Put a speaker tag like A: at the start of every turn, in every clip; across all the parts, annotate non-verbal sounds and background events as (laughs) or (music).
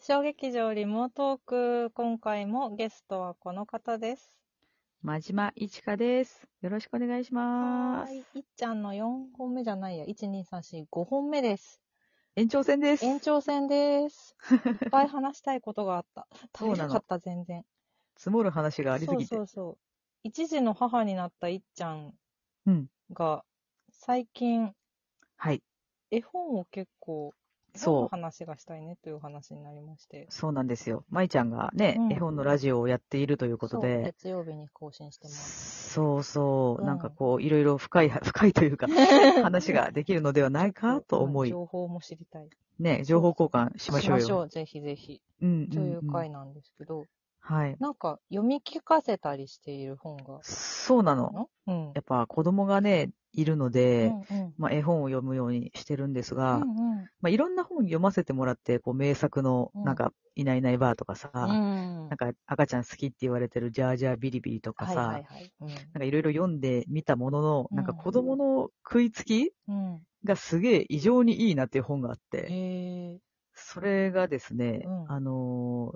A: 小劇場リモートーク、今回もゲストはこの方です。
B: 真島いちかです。よろしくお願いします。
A: い。いっちゃんの4本目じゃないや、1、2、3、4、5本目です。
B: 延長戦です。
A: 延長戦です。
B: (laughs)
A: いっぱい話したいことがあった。
B: そう
A: 足り
B: な
A: なか
B: の
A: った、全然。
B: 積もる話がありす
A: そう
B: ぎて。
A: そうそう。一児の母になったいっちゃん
B: うん。
A: が、最近、
B: はい。
A: 絵本を結構、絵本の
B: そう。
A: 話がしたいねという話になりまして。
B: そうなんですよ。舞ちゃんがね、
A: うん
B: 絵本のラジオをやっているというこ
A: そ
B: と
A: う
B: で。
A: 月曜日に更新してます。
B: そうそう、
A: うん
B: なんかこう、いろいろ深い、 (laughs) 深い
A: (laughs)
B: というか、話ができるのではないかと思い、
A: 情報も知りたい。
B: ね、情報交換しましょうよ。
A: ぜひぜひ。
B: うん、
A: と
B: ん
A: いうん回なんですけど、
B: はい。
A: なんか読み聞かせたりしている本が
B: そうなの。
A: のうん。
B: やっぱ子供がね、いるの
A: う
B: で、
A: んうん
B: まあ、絵本を読むようにしてるんです
A: う
B: が、
A: ん
B: まあ、いろんな本読ませてもらって、こう名作の
A: うん、
B: なんか、いないいないばあとかさ、
A: うんうん
B: なんか赤ちゃん好きって言われてるジャージャービリビリとか
A: は
B: さ、
A: いはいはい。
B: なんかいろいろ読んでみたものの、
A: うん
B: なんか子供の食いつき
A: うん。うん
B: がすげえ異常にいいなっていう本があって、
A: へえ。
B: それがですね、
A: うん
B: あの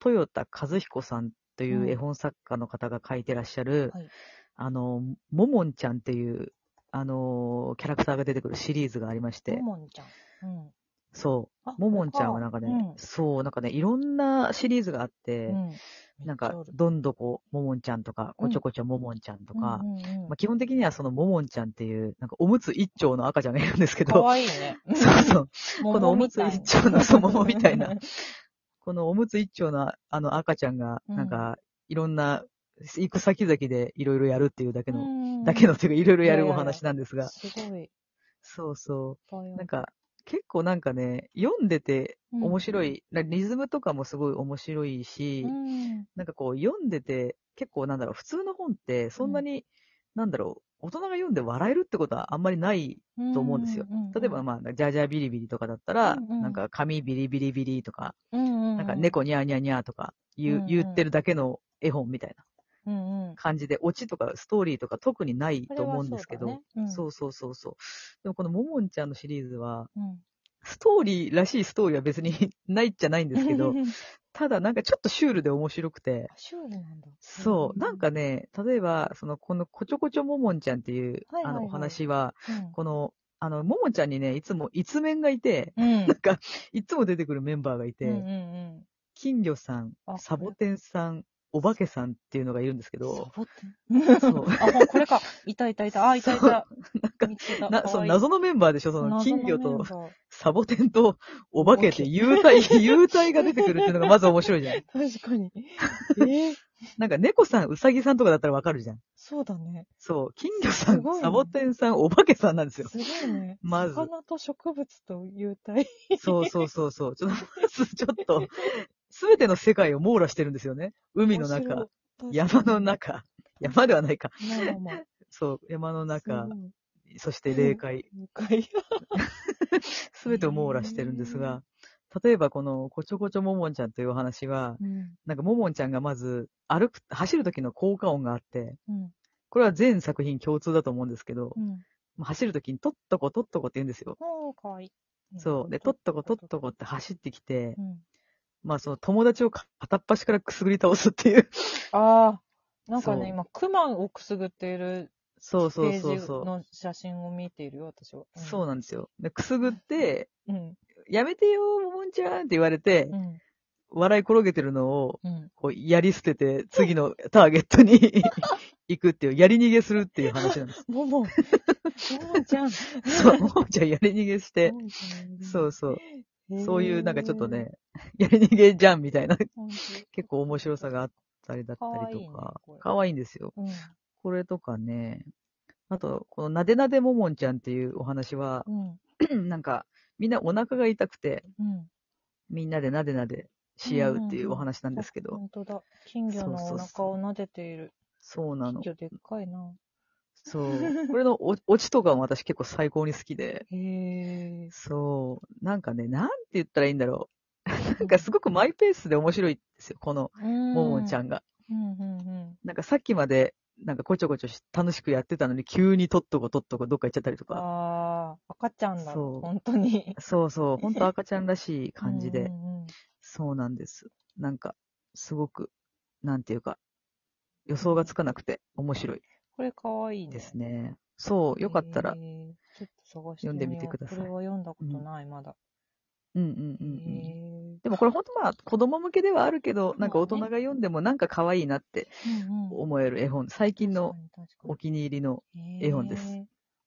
B: ー、豊田和彦さんという絵本作家の方が書いてらっしゃる、
A: はい
B: あのー、ももんちゃんっていう、あのー、キャラクターが出てくるシリーズがありまして、
A: ももんちゃん。うん。
B: そう、
A: あ
B: ももんちゃんはなんかね、そう、なんかね、いろんなシリーズがあって、なんか、どんどこももんちゃんとか、
A: うん
B: こちょこちょももんちゃんと
A: と
B: か、まあ、基本的にはそのももんちゃんっていう、なんかおむつ一丁の赤ちゃんがいるんですけ
A: か
B: ど、
A: わいいね。
B: そう (laughs) そう、
A: こ (laughs)
B: このおむつ一丁のそう桃みたいな。このおむつ一丁のあの赤ちゃんが、
A: うん
B: なんか、いろんな、行く先々でいろいろやるっていうだけの、
A: の
B: (laughs) だけのっていうか、いろいろ
A: いや
B: や
A: い
B: る
A: や
B: お
A: いや
B: 話なんですが、
A: すごいいっ
B: そうそ
A: ぱいある。
B: う、なんか、結構なんかね、読んでて
A: うん
B: 面白い、なリズムとかもすごい面白いし、
A: うん
B: なんかこう読んでて、結構なんだろう、普通の本ってそんなに、なんだろう、大人が読んで笑えるってことはあんまりない。と思うんですよ。例えば、まあ、ジャージャービリビリとかだったら、
A: うんうん
B: なんか髪ビリビリビリとか、
A: な
B: なんか、猫ニャーニャーニャーとか言う、
A: うんうん
B: 言ってるだけの絵本みたい
A: う
B: な
A: んうん、
B: 感じで、オチとかストーリーとか特にないと思うんですけど、そ
A: そ
B: う,、そううそうそうでもこのももんちゃんのシリーズは、
A: だね。
B: ストーリーらしいストーリーは別に (laughs) ないっちゃないん
A: うん。
B: ですけ (laughs) ど
A: あ、、
B: ただなんかちょっとシュールで面白くて、
A: シュールなんだ。
B: そう。なんか
A: ね、
B: ね、例えば、その、このこちょこちょももんちゃんっていう、
A: はいはいはい
B: あの、お話は、
A: うん
B: この、あの、ももちゃんにね、いつも一面がいて、
A: うん
B: なんか、いつも出てくるメンバーがいて、
A: うんうん
B: 金魚さん
A: あ、
B: サボテンさん、お化けさんっていうのがいるんですけ
A: うん。
B: ど、
A: ボテン
B: そう
A: あ、ほこれか。いたいたいた。あ、いたい
B: そう
A: た。見つけた
B: な、
A: か
B: そ
A: わ
B: の
A: いい
B: 謎のメンバーでしょ、その、
A: 謎
B: 金魚
A: メン
B: と
A: バー
B: サボテンとお化けって幽体、 (laughs) 幽体が出てくるっていうのがまず面白いじゃん。
A: 確かに。えー、
B: なんか、猫さん、うさぎさんとかだったらわかるじゃん。
A: そうだね。
B: そう、金魚さ
A: す
B: ん
A: ごい、ね
B: サボテンさん、お化けさんなんです
A: す
B: よ。
A: ごいね。
B: まず
A: 魚と植物と幽体。
B: そうそうそうそう。ちょっと、まずちょっと、すべての世界を網羅してるんですよね。海の中、
A: 面白い。
B: 山の中、山ではないか。
A: 確かにまあまあまあ
B: そう、山の中、
A: す
B: そして霊界、
A: ごい深い
B: すべてを網羅してるんですが、例えばこの、こちょこちょももんちゃんというお話は、
A: うん
B: なんかももんちゃんがまず、歩く、走る時の効果音があって、
A: うん
B: これは全作品共通だと思うんですけど
A: う、ん。
B: まあ走る時にとっとこ、とっとこって言うんですよ。
A: おー、かわいい。
B: そう。で、とっとこ、とっとこって走ってきて
A: う、ん。
B: まあその友達を片っ端からくすぐり倒すっていう。
A: ああ、なんか
B: そう
A: ね、今、クマをくすぐっている
B: そう
A: ペ
B: そうそう
A: ージ
B: そう。
A: の写真を見ているよ、私は。
B: そうなんですよ。で、くすぐって、
A: うん。
B: やめてよ、ももんちゃんって言われて
A: う、ん。
B: 笑い転げてるのを、
A: うん。
B: こう、やり捨てて、次のターゲット
A: (laughs)
B: に行くっていう、やり逃げするっていう話なんです。
A: もも、ももちゃん。
B: そう、ももんちゃんやり逃げして
A: も、もちゃんいるね
B: そうそう。そういう、なんかちょっと。
A: へー
B: ね、やり逃げじゃんみたいな、
A: 本
B: 結構面白さがあったりだったりとか
A: かわいいねこれ、
B: 可愛い,、いんですよ。
A: 当うん。
B: これとかね、あと、このなでなでももんちゃんっていうお話は、
A: うん。
B: なんか、みんなお腹が痛くて、
A: うん。
B: みんなでなでなでし合うってい
A: んうんう
B: うんお話なんですけど、
A: 本当だ。金魚の
B: そ
A: お
B: うそうそ
A: 腹
B: う
A: を撫でている。
B: そうな
A: 金
B: の。
A: 魚でっかいな。
B: (laughs) そう。これのおオチとかも私結構最高に好きで、
A: へえ。
B: そう。なんかね、なんて言ったらいいんだろう。
A: な
B: なんかすごくマイペースで面白いんですよ、この
A: ごい、も
B: ももんちゃ
A: ん。
B: んが。
A: うんうん
B: なんかさっきまで、なんかこちょこちょし楽しくやってたのに急にとっとことっとこどっか行っちゃったりと
A: うん。
B: か。
A: ああ、赤ちゃんだ。
B: そう
A: 本当に。
B: (laughs) そうそう、ほんと赤ちゃんらしい感じ
A: う
B: で
A: ん。うんうん
B: そうなんです。なんか、すごく、なんていうか、予想がつかなくて面白い
A: これかわいいね。
B: ですね。そう、よかったら
A: え、ーちょっと探して
B: 読んでみてください
A: みようこれは読んだことない、まだ。
B: うんうんうんうん。
A: へー
B: でもこれ本当まあ子供向けではあるけど、なんか大人
A: ま
B: が読んでもなんか可愛いなって
A: うんうん
B: 思える絵本、最近の
A: 確かに確かに
B: お気に入りの、絵本です
A: へー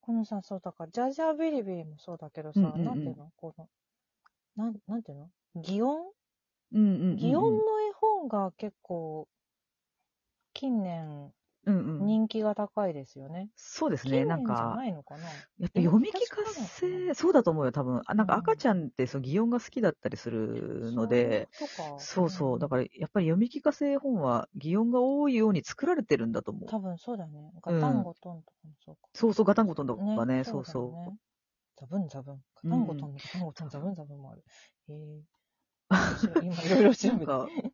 A: このさ、そうだから、ジャジャービリビリもそうだけどさ、
B: うんうんうん
A: なんていうのこの、なん、なんていうの擬音
B: うんうんうんうん、
A: 擬音の絵本が結構、近年
B: うんうん、
A: 人気が高いですよね。
B: そうですね、
A: 近
B: なん
A: 年じゃ
B: か
A: な、いのかな
B: やっぱ読み聞かせ、そうだと思うよ、多分。あなんか
A: うん
B: 赤ちゃんってその擬音が好きだったりするので、、
A: そういうことか
B: そうそう、だ
A: ら。
B: からやっぱり読み聞かせ絵本は擬音が多いように作られてるんだと思う。
A: 多分そうだよね。ガ
B: うん
A: タンゴトンとかもそうか。
B: そうそう、ガタンゴトンとかね、そう
A: だよ
B: そう。
A: ねザブンザブン。ガタンゴトン、ガタンゴトン、ザブンザブンもある。へえ。面白い今いろいろ調
B: なん
A: べて。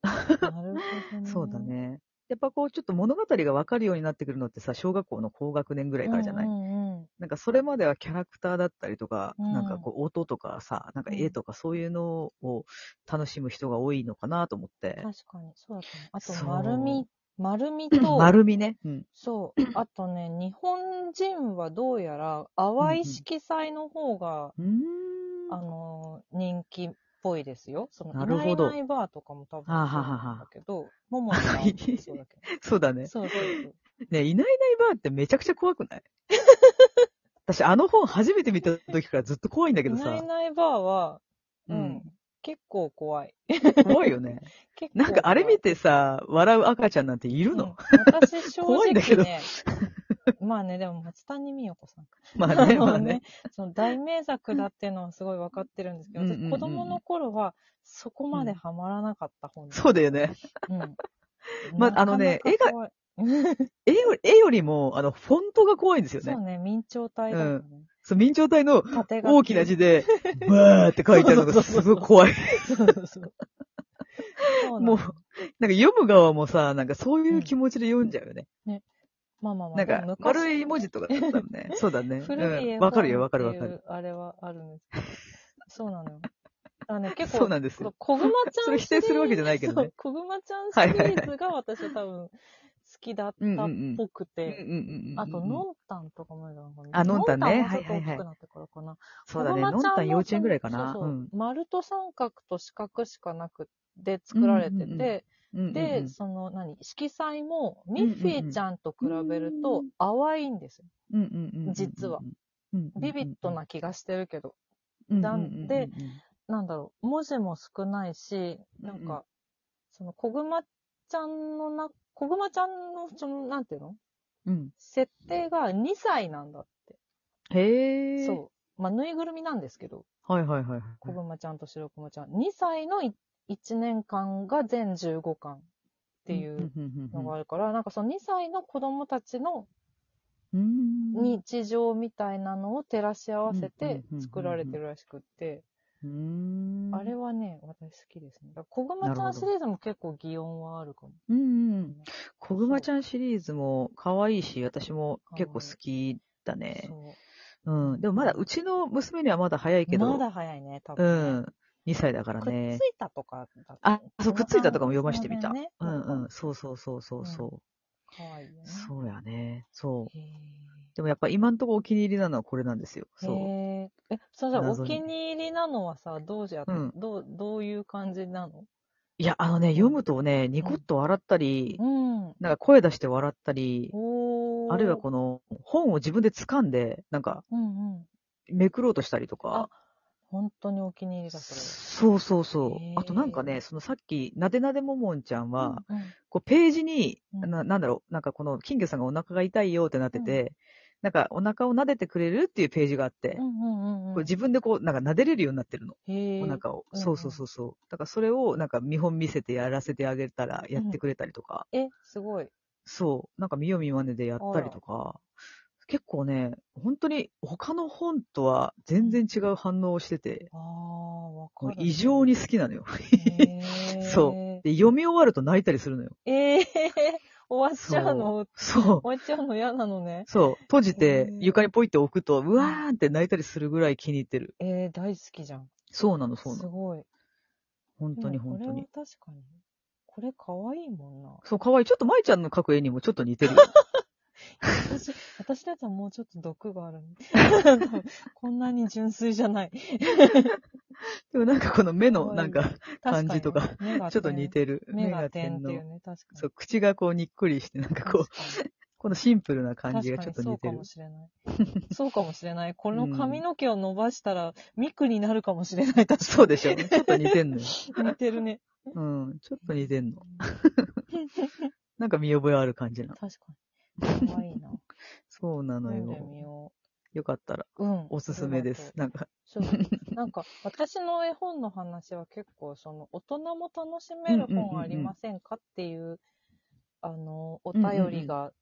A: な
B: か
A: る、ほどね。
B: そうだね。やっぱこう、ちょっと物語がわかるようになってくるのってさ、小学校の高学年ぐらいからじゃない、
A: うんうん
B: なんかそれまではキャラクターだったりとか、
A: うん
B: なんかこう、音とかさ、なんか
A: う
B: 絵
A: ん
B: とかそういうのを楽しむ人が多いのかなと思って
A: うん。確かに、そうだと
B: そう
A: 思う。あと、丸み、丸みと、
B: (clears throat) 丸みね。うん。
A: そう、あとね、日本人はどうやら淡い色彩の方が、
B: うーん。
A: あのー、人気っぽいですよ。その、
B: なるほど
A: いないいないバーとかも多分そう
B: はあ (laughs) はあはあ
A: なんだけど、ももちゃんもそうだけど。
B: そう (laughs) だね。
A: そうそうそう。
B: ね、いないいないばあってめちゃくちゃ怖くない私、あの本初めて見た時からずっと怖いんだけど
A: いないい
B: さ。
A: ないバーは、う
B: うん
A: ん、結構怖い。
B: 怖いよね。
A: (laughs) 結構
B: なんかあれ見てさ、笑う赤ちゃんなんてい
A: い
B: るの、
A: 私正
B: 怖いんだけど
A: 直ね、 (laughs) まあね、でも松谷美代子さんか。
B: まあ
A: あ
B: (laughs) ね、
A: の
B: ま
A: (laughs)
B: あね。
A: その大名作だっていうのはすごい分かってるんですけど、
B: うん
A: 私
B: うんうん
A: 子供の頃はそこまでハマらなかった本
B: そう
A: で
B: だよね。
A: す。うん。
B: (laughs) まああのね
A: なかなか怖い。
B: 絵より絵よりも、あの、フォントが怖いんですよ
A: そ
B: ね
A: う。ね、明朝体だよね。
B: そう、明朝体の
A: 縦書き
B: 大きな字で、わーって書いてあるのがすごく怖
A: (laughs)
B: い。
A: そうそうそう。そう
B: も
A: も
B: う
A: う、
B: なんか読む側もさ、なんかそういう気持ちで読んじゃうよね。
A: まあまあまあ、
B: なん
A: で
B: か
A: も、昔
B: 丸い文字とかだったも
A: (laughs)
B: んね。そうだね。
A: 古い絵
B: う
A: 本
B: んわ
A: って
B: か
A: い
B: る
A: う
B: よ、わかるわかる。
A: あれはあるんですけど。そうなのよ。あのね、結
B: そう
A: 構、
B: なんですよ。
A: 小熊ち
B: そ
A: ゃん
B: れ否定するわけじゃないけどね
A: そう小熊ちゃ
B: は
A: ん
B: い
A: シ
B: はいはい
A: リーズが私は多分好きだったっぽくて、
B: うんうんうんうんうん
A: あと、のんたんとかもいるのかな。
B: あのんたんね
A: のもちょっと
B: は
A: 大
B: いはいは
A: き
B: い
A: くなってからかな。
B: そうだね。
A: 小熊
B: のん
A: ちゃ
B: たん
A: の
B: 幼稚園ぐらいかな。
A: そう
B: う
A: そう、
B: ん
A: 丸と三角と四角しかなくで作られてて、
B: うんうんうんうんうんうん。
A: で、その何、色彩もミッフィーちゃんと比べる
B: う
A: と
B: ん
A: 淡いんですよ。
B: うんうんうんうんうん、
A: 実は
B: うんうんうんうん。
A: ビビッドな気がしてるけど、
B: なん
A: で、なんだろう、文字も少ないし、なん
B: うんうん
A: か、その、小熊ちゃんのな、小熊ちゃんの、その、なんていうの
B: うん、
A: 設定が2歳なんだって。
B: へえ。
A: そう。まあ、ぬいぐるみなんですけど、
B: う。はいはいはい。
A: 小熊ちゃんと白熊ちゃん。2歳の1年間が全15巻っていうのがあるから、なんかその2歳の子供たちの
B: うんうんうんうん
A: 日常みたいなのを照らし合わせ
B: うん
A: て
B: うんうんうんうん
A: 作られてるらしくって、
B: うん
A: あれはね、私好きですね。だから小熊ちゃんシリーズも結構擬音はあるかも。
B: うんうん。小熊ちゃんシリーズも可愛いし、私も結構好きだね。
A: そ。
B: うん。でもまだ、うちの娘にはまだ早いうけど、
A: まだ早いね、多
B: う
A: 分ね、
B: ん。2歳だから
A: くっ
B: ね
A: つ。いたとかだと
B: あ、そう、くっついたとかも読ましてみ
A: そ
B: た。
A: の辺ね
B: うんうん。そうそうそうそうそ
A: かわいいよね
B: う。。そうやね。そう。
A: へー
B: でもやっぱ今んとこお気に入りなのはこれなんですよ。
A: へ
B: そう。
A: ーえ、そうじゃあ
B: 謎
A: お
B: に
A: 気に入りなのはさ、どうじゃ、
B: うん
A: どう、どういう感じなの
B: いや、あのね、読むとね、ニコッと笑ったり、
A: うん。
B: なんか声出して笑ったり、
A: おー。
B: あるいはこの本を自分で掴んで、なんか
A: うんうん。
B: めくろうとしたりとか、
A: 本当にお気に入りだ、それ。
B: そうそうそう
A: へ。ー
B: あとなんかね、そのさっき、なでなでももんちゃんは、
A: うんうん
B: こうページに、
A: うん
B: な、なんだろう、なんかこの金魚さんがお腹が痛いよってなってて、なんかお腹を撫でてくれるっていうページがあって、
A: うんうんうん
B: こう自分でこう、なんか撫でれるようになってるの。
A: へ
B: お
A: ー
B: 腹を。
A: うんうん
B: そうそうそうそう。だからそれをなんか見本見せてやらせてあげたらやってくれたりとか、
A: え、すごい。
B: そう。なんか見よう見まねでやったりとか、結構ね、本当に他の本とは全然違う反応をしてて、
A: ああ、わか
B: もう
A: る。
B: 異常に好きなのよ。
A: へー。
B: (laughs) そで、読み終わると泣いたりするのよ。
A: ええ (laughs) 終わっちゃうの、
B: そう。
A: 終わっちゃうの嫌なのね。
B: そう。閉じ
A: へ
B: て
A: ー
B: 床にポイって置くと、うわーんって泣いたりするぐらい気に入ってる。
A: えー、大好きじゃん。
B: そうなの、そうな
A: す
B: の。
A: ごい。
B: 本当に本当
A: でも
B: に。
A: これは確かに。これ可愛いもん
B: (laughs)
A: な。
B: そう、可愛い。ちょっと舞ちゃんの描く絵にもちょっと似て
A: (laughs)
B: るよ。
A: 私、私のやつはもうちょっと毒があるんで多
B: (laughs)
A: 分こんなに純粋じゃない。
B: でもなんかこの目
A: 可愛
B: の
A: い
B: なんか、感じとか
A: 確にね、
B: ちょっと似
A: る。
B: てる。
A: 目が点って
B: の
A: いう。ね、確かに。
B: そう、口がこうにっくりして、なんかこう、このシンプルな感じがちょっと似て
A: 確か
B: る
A: にそうかも。しれない。そうかもしれ
B: (laughs)
A: ない。この髪の毛を伸ばしたら、ミクになるかもしれない。確かに
B: そうでしょ。ちょっと似てんのよ。
A: 似てるね。
B: うん。ちょっと似てんの。なんか見覚えある感じな。
A: 確かに。可愛い
B: (laughs)
A: な。
B: そうなの
A: 読んでみ
B: よ。
A: よ
B: よかったら、
A: う。うん。
B: おすすめです。なんか、
A: そう。 (laughs) なんか、私の絵本の話は結構、その、大人も楽しめる本ありませんかっていう、あの、お便りが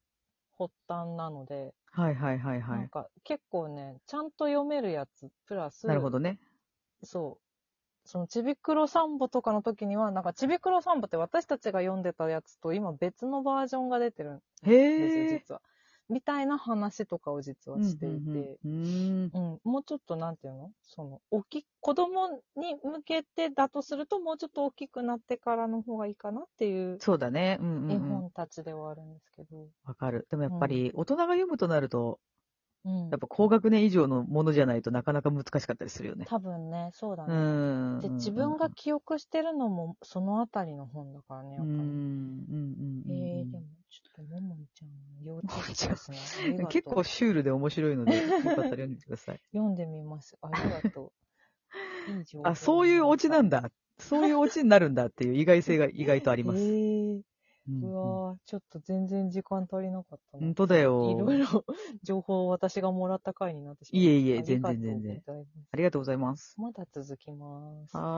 A: 発端なので、
B: はいはいはいは
A: なん
B: い。
A: か、結構ね、ちゃんと読めるやつ、プラス、
B: なるほどね。
A: そう。そのちびくろさんぼとかの時には、なんかちびくろさんぼって私たちが読んでたやつと今別のバージョンが出てるんですよ、
B: へえ。
A: 実は。みたいな話とかを実はしていて、うん
B: うんうんうんうーん
A: もうちょっとなんていうのその、大き、子供に向けてだとすると、もうちょっと大きくなってからの方がいいかなっていう
B: そうだね。うんうんう
A: 絵
B: ん。
A: 本たちではあるんですけど。
B: わかる。でもやっぱり、大人が読むとなると、
A: うん。
B: やっぱ高学年以上のものじゃないとなかなか難しかったりするよね。
A: 多分ね、そうだ
B: う
A: ね。
B: ん。
A: で、自分
B: う
A: が記憶してるのも、そのあたりの本だからね、やっぱ
B: ん、う
A: り。
B: ん、うん
A: え
B: うんうん
A: え
B: うん
A: でも、ちょっと、ももみちゃん、幼稚
B: もも
A: 園
B: みちゃん
A: です
B: (laughs)
A: ね。ありがとう
B: 結構シュールで面白いので、よかったら読んでくだ
A: (laughs)
B: さい。
A: 読んでみます。ありが
B: (laughs)
A: とう。いい情報
B: あ、そういうオチなんだ。そういうオチになるんだっていう意外性が意外と
A: (laughs)
B: あ
A: え
B: ります。
A: え
B: うん
A: う
B: うん
A: わーちょっと全然時間足りなかったな。
B: 本当だよ。
A: いろいろ情報を私がもらった回になってしまった。
B: いえいえ
A: ありがとう
B: 全然全然
A: ございます
B: ありがとうございます。
A: まだ続きます。
B: はーい